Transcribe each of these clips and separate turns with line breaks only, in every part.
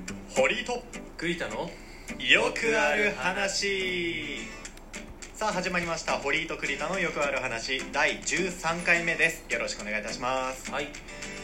と
栗田の
よくある話さあ始まりました堀井と栗田のよくある話第13回目ですよろしくお願いいたします
はい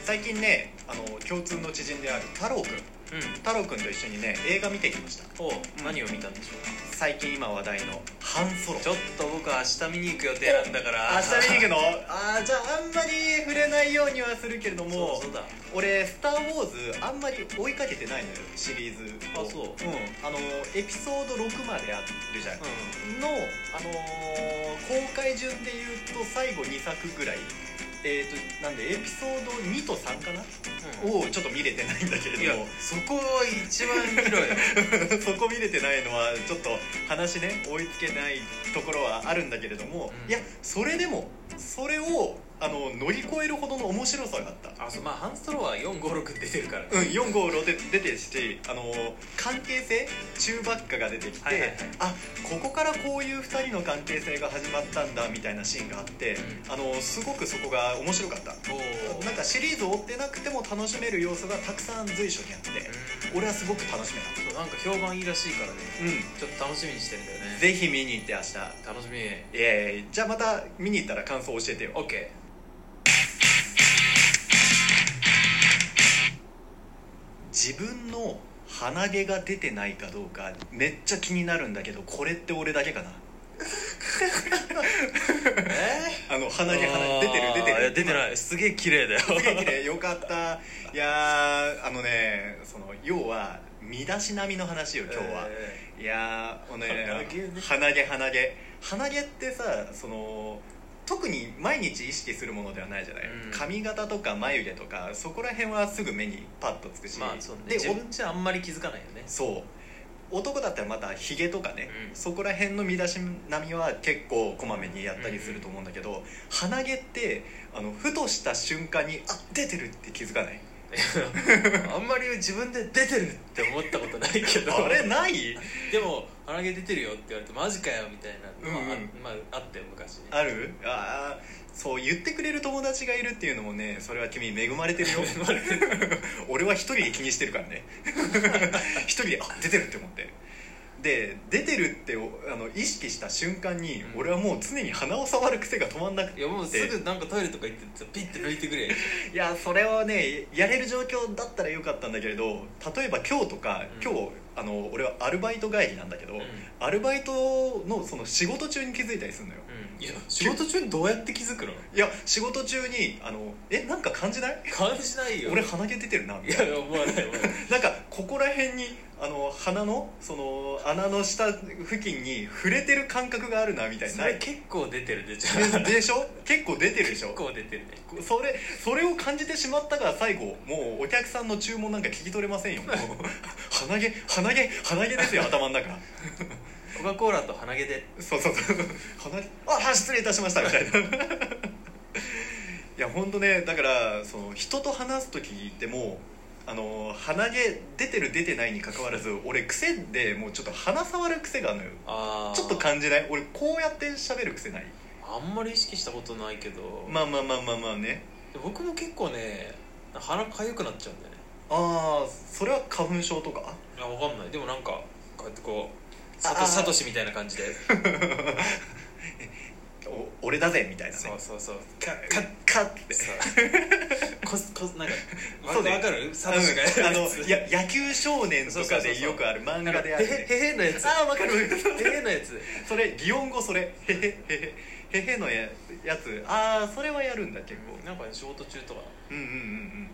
最近ねあの共通の知人である太郎くん
うん
太郎くんと一緒にね映画見てきました
おう何を見たんでしょうか
最近今話題の半ソロ
ちょっと僕は明日見に行く予定なんだから
明日見に行く
く
のあーじゃああんまり触れないようにはするけれども
そうそうだ
俺「スター・ウォーズ」あんまり追いかけてないのよシリーズを、
あそうん
あのエピソード6まであるじゃん、
う
の、あのー公開順で言うと最後2作ぐらいえー、となんでエピソード2と3かな、
ん、
をちょっと見れてないんだけ
い
れ
や
ども
そこは一番広 い
そこ見れてないのはちょっと話ね追いつけないところはあるんだけれども、
うん
いやそれでもそれをあの乗り越えるほどの面白さがあった
あそうまあハンストローは456出てるからね、
うん、456で出てるし、あのー関係性中ばっかが出てきて、
はいはいはい
あここからこういう2人の関係性が始まったんだみたいなシーンがあって、あのーすごくそこが面白かった
おお
なんかシリーズを追ってなくても楽しめる要素がたくさん随所にあって俺はすごく楽しめた
そうなんか評判いいらしいからね
う
ちょっと楽しみにしてるんだよ
ん
ね
ぜひ見に行って明日
楽しみ
イエーイじゃあまた見に行ったら感想教えてよ
OK
自分の鼻毛が出てないかどうかめっちゃ気になるんだけどこれって俺だけかな
え
あの鼻毛鼻毛出てる出てる
いすげえ綺麗だよ
すげえ綺麗よかったいやーあのねその要は身だしなみの話 よ今日は、いやーあのね鼻
鼻毛ね
毛鼻毛鼻毛ってさその特に毎日意識するものではないじゃない、
うん
髪型とか眉毛とかそこら辺はすぐ目にパッとつくし、
まあそうね
で
自分じゃあんまり気づかないよね
そう男だったらまたヒゲとかね、
うん
そこら辺の身だしなみは結構こまめにやったりすると思うんだけど、鼻毛ってあのふとした瞬間にあ出てるって気づか ない
あんまり自分で出てるって思ったことないけど
あれない
でも「鼻毛出てるよ」って言われて「マジかよ」みたいな、
うんうん
まああまああったよ昔ね
あるああそう言ってくれる友達がいるっていうのもねそれは君恵まれて るよ俺は一人で気にしてるからね一人であ出てるって思ってで出てるっておあの意識した瞬間に、
うん
俺はもう常に鼻を触る癖が止まんなくて
いやもうすぐなんかトイレとか行ってピッて抜いてくれ
いやそれをねやれる状況だったらよかったんだけれど例えば今日とか
うん
今日、あの俺はアルバイト帰りなんだけど、
うん
アルバイトのその仕事中に気づいたりするのよ
うんいや仕事中にどうやって気づくの
いや仕事中にあのえなんか感じない
感じないよ
俺鼻毛出てるなみ
い
たいな
や思わない思わない
なんかここら辺にあの鼻のその穴の下付近に触れてる感覚があるなみたい
そ
なな
れ
い
結構出てるでじゃあ
ででしょ結構出てるでしょ
結構出てるね
それそれを感じてしまったが最後もうお客さんの注文なんか聞き取れませんよ もう鼻毛鼻毛鼻毛ですよ頭の中
コカ・コーラと鼻毛で
そうそうそう鼻毛あ失礼いたしましたみたいないや本当ねだからその人と話す時でもあの鼻毛出てる出てないに関わらず俺癖でもうちょっと鼻触る癖があるのよ
あー
ちょっと感じない俺こうやって喋る癖ない
あんまり意識したことないけど、
まあまあまあまあまあね
僕も結構ね鼻かゆくなっちゃうんだよね
ああそれは花粉症とか
あわかんないでもなんかこうやってこう
あ
サトサトシみたいな感じで
お俺だぜみたいなね
そうそうそう
カッカッカッって
そう こすこす なんかわ
そうね
わかるサトシが
あ
やるやつ
のや野球少年とかでよくある漫
なん
画
か
である、
へ
ね、
へ へのやつ
ああわかる
へへのやつ
それ擬音語それへへへへへへのややつああそれはやるんだ結構
なんかね仕事中とか
うんうんうんうん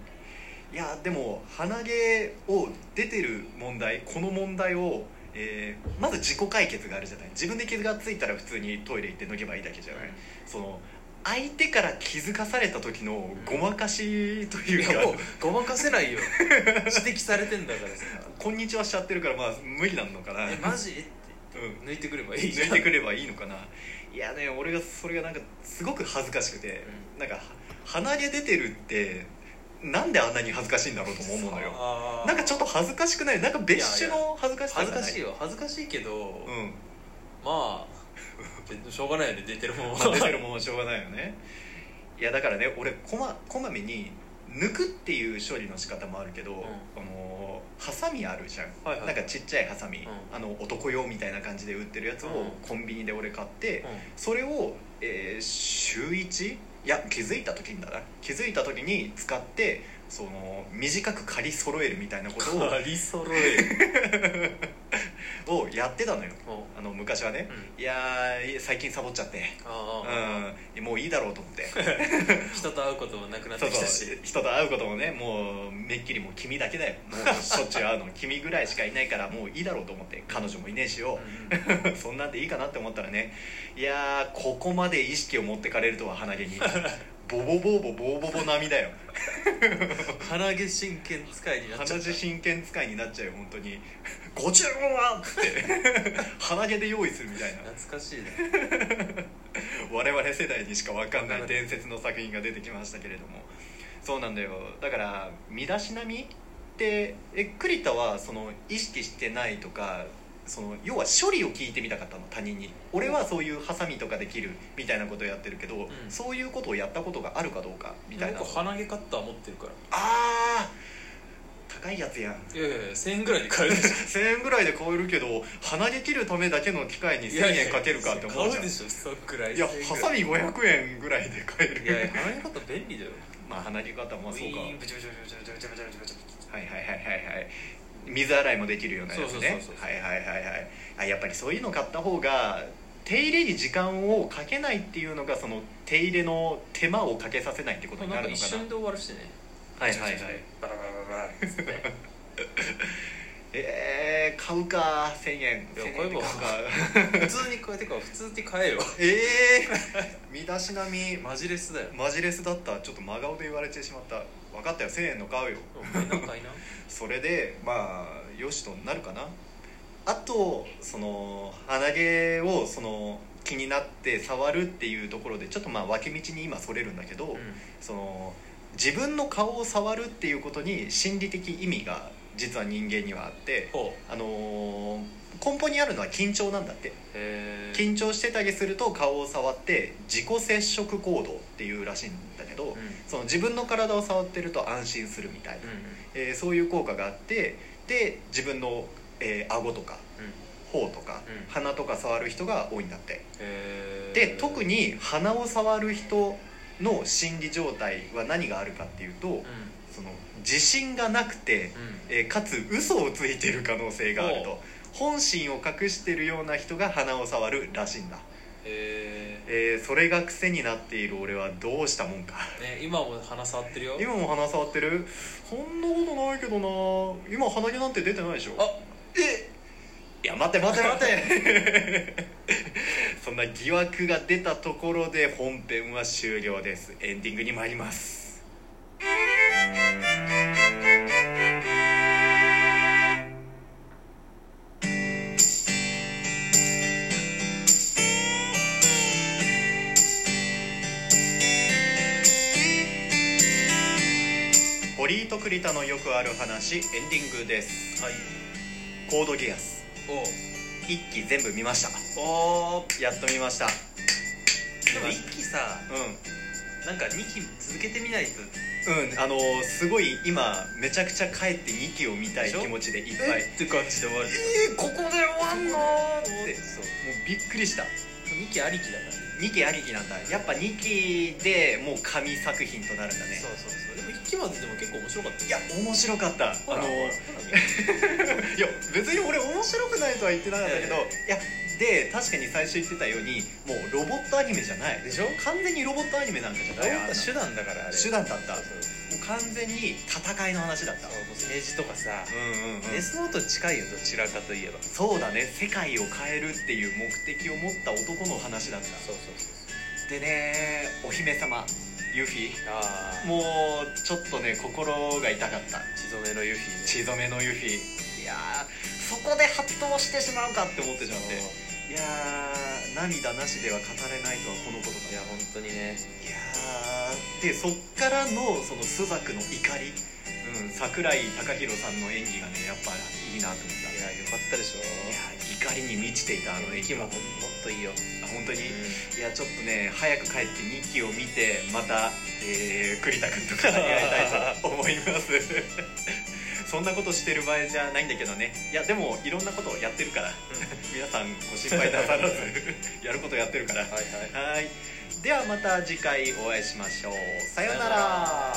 いやでも鼻毛を出てる問題この問題を、えーまず自己解決があるじゃない自分で傷がついたら普通にトイレ行って脱げばいいだけじゃないその相手から気づかされた時のごまかしと
い
いうか
やもうごまかせない よ指摘されてんだからさ
こんにちはしちゃってるからまあ無理なのかな
えマジって
うん
抜いてくればいいじゃん
抜いてくればいいのかないやね俺がそれがなんかすごく恥ずかしくて、なんかは鼻毛出てるってなんであんなに恥ずかしいんだろうとも思うのよ
あー
なんかちょっと恥ずかしくないなんか別種
いや
の恥ずかしさ
恥
が
ず
ない
かしいよ恥ずかしいけど、
うん
まあでしょうがないよね出てるもん
まあ出てるもんはしょうがないよねいやだからね俺こまこまめに抜くっていう処理の仕方もあるけど、
ん
あのハサミあるじゃん、
はいはい
なんかちっちゃいハサミ、
うん
あの男用みたいな感じで売ってるやつを
うん
コンビニで俺買って、
うん
それを、えー週 1? いや気づいた時にだな気づいた時に使ってその短く刈り揃えるみたいなこと
ありそろえる
ををやってたのよ
お
あの昔はね
う、
い
ん
やー最近サボっちゃって、
あ
うん、もういいだろうと思って
あ人と会うこともなくなっ
そう
てき
そ
た
う
し
人と会うこともねもうめっきりもう君だけだよもうしょっちゅう会うの君ぐらいしかいないからもういいだろうと思って彼女もいねえしよ、 そんなんでいいかなって思ったらねいやーここまで意識を持ってかれるとは鼻毛にボボボボボボボ並みだよ
鼻毛真剣使いになっちゃ
鼻
った
血真剣使いになっちゃうよ本当に「ご注文は!」って 鼻毛で用意するみたいな
懐かしいね
我々世代にしか分かんない伝説の作品が出てきましたけれどもそうなんだよだから身だしなみってえ栗田はその意識してないとかその要は処理を聞いてみたかったの他人に俺はそういうハサミとかできるみたいなことをやってるけど、
ん
そういうことをやったことがあるかどうかみたいな
僕鼻毛カッター持ってるか
あー高いやつやん
らいやいやいや1000円ぐらいで買えるでしょ
1000円ぐらいで買えるけど鼻毛切るためだけの機会に
いやい
1000
や
円かけるかって思うじ
買
ゃん
うでしょそっくらい
いや
1000円ぐらい
ハサミ500円ぐらいで買える
いやいや鼻毛カッター便利だよ
まあ鼻毛方もそうか
ウィーンブチブチブチブチブチブチブチブチブチ
はいはいはいはいはい水洗いもできるようなやつ
そうそうそう
ね
そう
はいはいはいはいあやっぱりそういうの買った方が手入れに時間をかけないっていうのがその手入れの手間をかけさせないってことに
な
なん
か
るの
一
かな
瞬で終わるしね
はいはいはい
バラバラバラバラっつってね
えー、買うか1000円
いや
1000円
買え
で
ば
買うか
普通にこうやってか普通に買えよ
ええー、身だしなみ
マジレスだよ
マジレスだったちょっと真顔で言われてしまった分かったよ1000円の買うよ
お前なんかいな
それでまあよしとなるかなあとその鼻毛をその気になって触るっていうところでちょっとまあ分け道に今それるんだけど、その自分の顔を触るっていうことに心理的意味が実は人間にはあって、
ほ
あのー根本にあるのは緊張なんだって
うへえ
緊張してたりすると顔を触って自己接触行動っていうらしいんだけど、
うん
その自分の体を触ってると安心するみたいな
う。ん
えーそういう効果があってで自分の、えー顎とか
うん
頬とか、
うん
鼻とか触る人が多いんだって
へー
で特に鼻を触る人の心理状態は何があるかっていうと、
うん
その自信がなくて、
うん
えーかつ嘘をついてる可能性がある
おう
と本心を隠してるような人が鼻を触るらしいんだ、
へー
えーそれが癖になっている俺はどうしたもんか
ね今も鼻触ってるよ
今も鼻触ってるそんなことないけどな今鼻毛なんて出てないでしょ
あ
えいや待て待て待て そんな疑惑が出たところで本編は終了ですエンディングに参ります堀井と栗田のよくある話エンディングです
はい
コードギアス
おう
一期全部見ました
おー
やっと見ましたう
でも一気さ
ん
なんか2期続けてみないと
うんあのーすごい今めちゃくちゃ帰って2期を見たい
でしょ
気持ちでいっぱい
って感じで終わる
えー、ここで終わんのーっても
そう
うびっくりした
2期ありきだから
2期ありきなんだやっぱ2期でもう神作品となるんだね
そうそうそうでも1期まででも結構面白かった
いや面白かったあ
あ
の
の
ーいや別に俺面白くないとは言ってなかったけど、
い
いやで確かに最初言ってたようにもうロボットアニメじゃない
でしょ
完全にロボットアニメなんかじゃないあんな
手段だからあれ
手段だったも
そうそう
う完全に戦いの話だった
そうもう政治とかさ
うんうんうん
デスノート近いよどちらかといえば
そうだね世界を変えるっていう目的を持った男の話だった
うそうそう
でねお姫様ユフィ
ああ
もうちょっとね心が痛かった
血染めのユフィ
血染めのユフィいやーそこで発動してしまうかって思ってしまっていやー涙なしでは語れないとはこのことだ
いや本当にね
いやーでそっからのその朱雀の怒り、うん、桜井孝宏さんの演技がねやっぱいいなと思ったい
いやよかったでしょ
や怒りに満ちていたあの駅も
今ももっといいよ、
あ本当にいやちょっとね早く帰って2期を見てまた、えー栗田君とかに会いたいと思いますそんなことしてる場合じゃないんだけどねいやでもいろんなことをやってるから皆さんご心配なさらずやること やってるからは
はいはい
いではまた次回お会いしましょうさような
さような
ら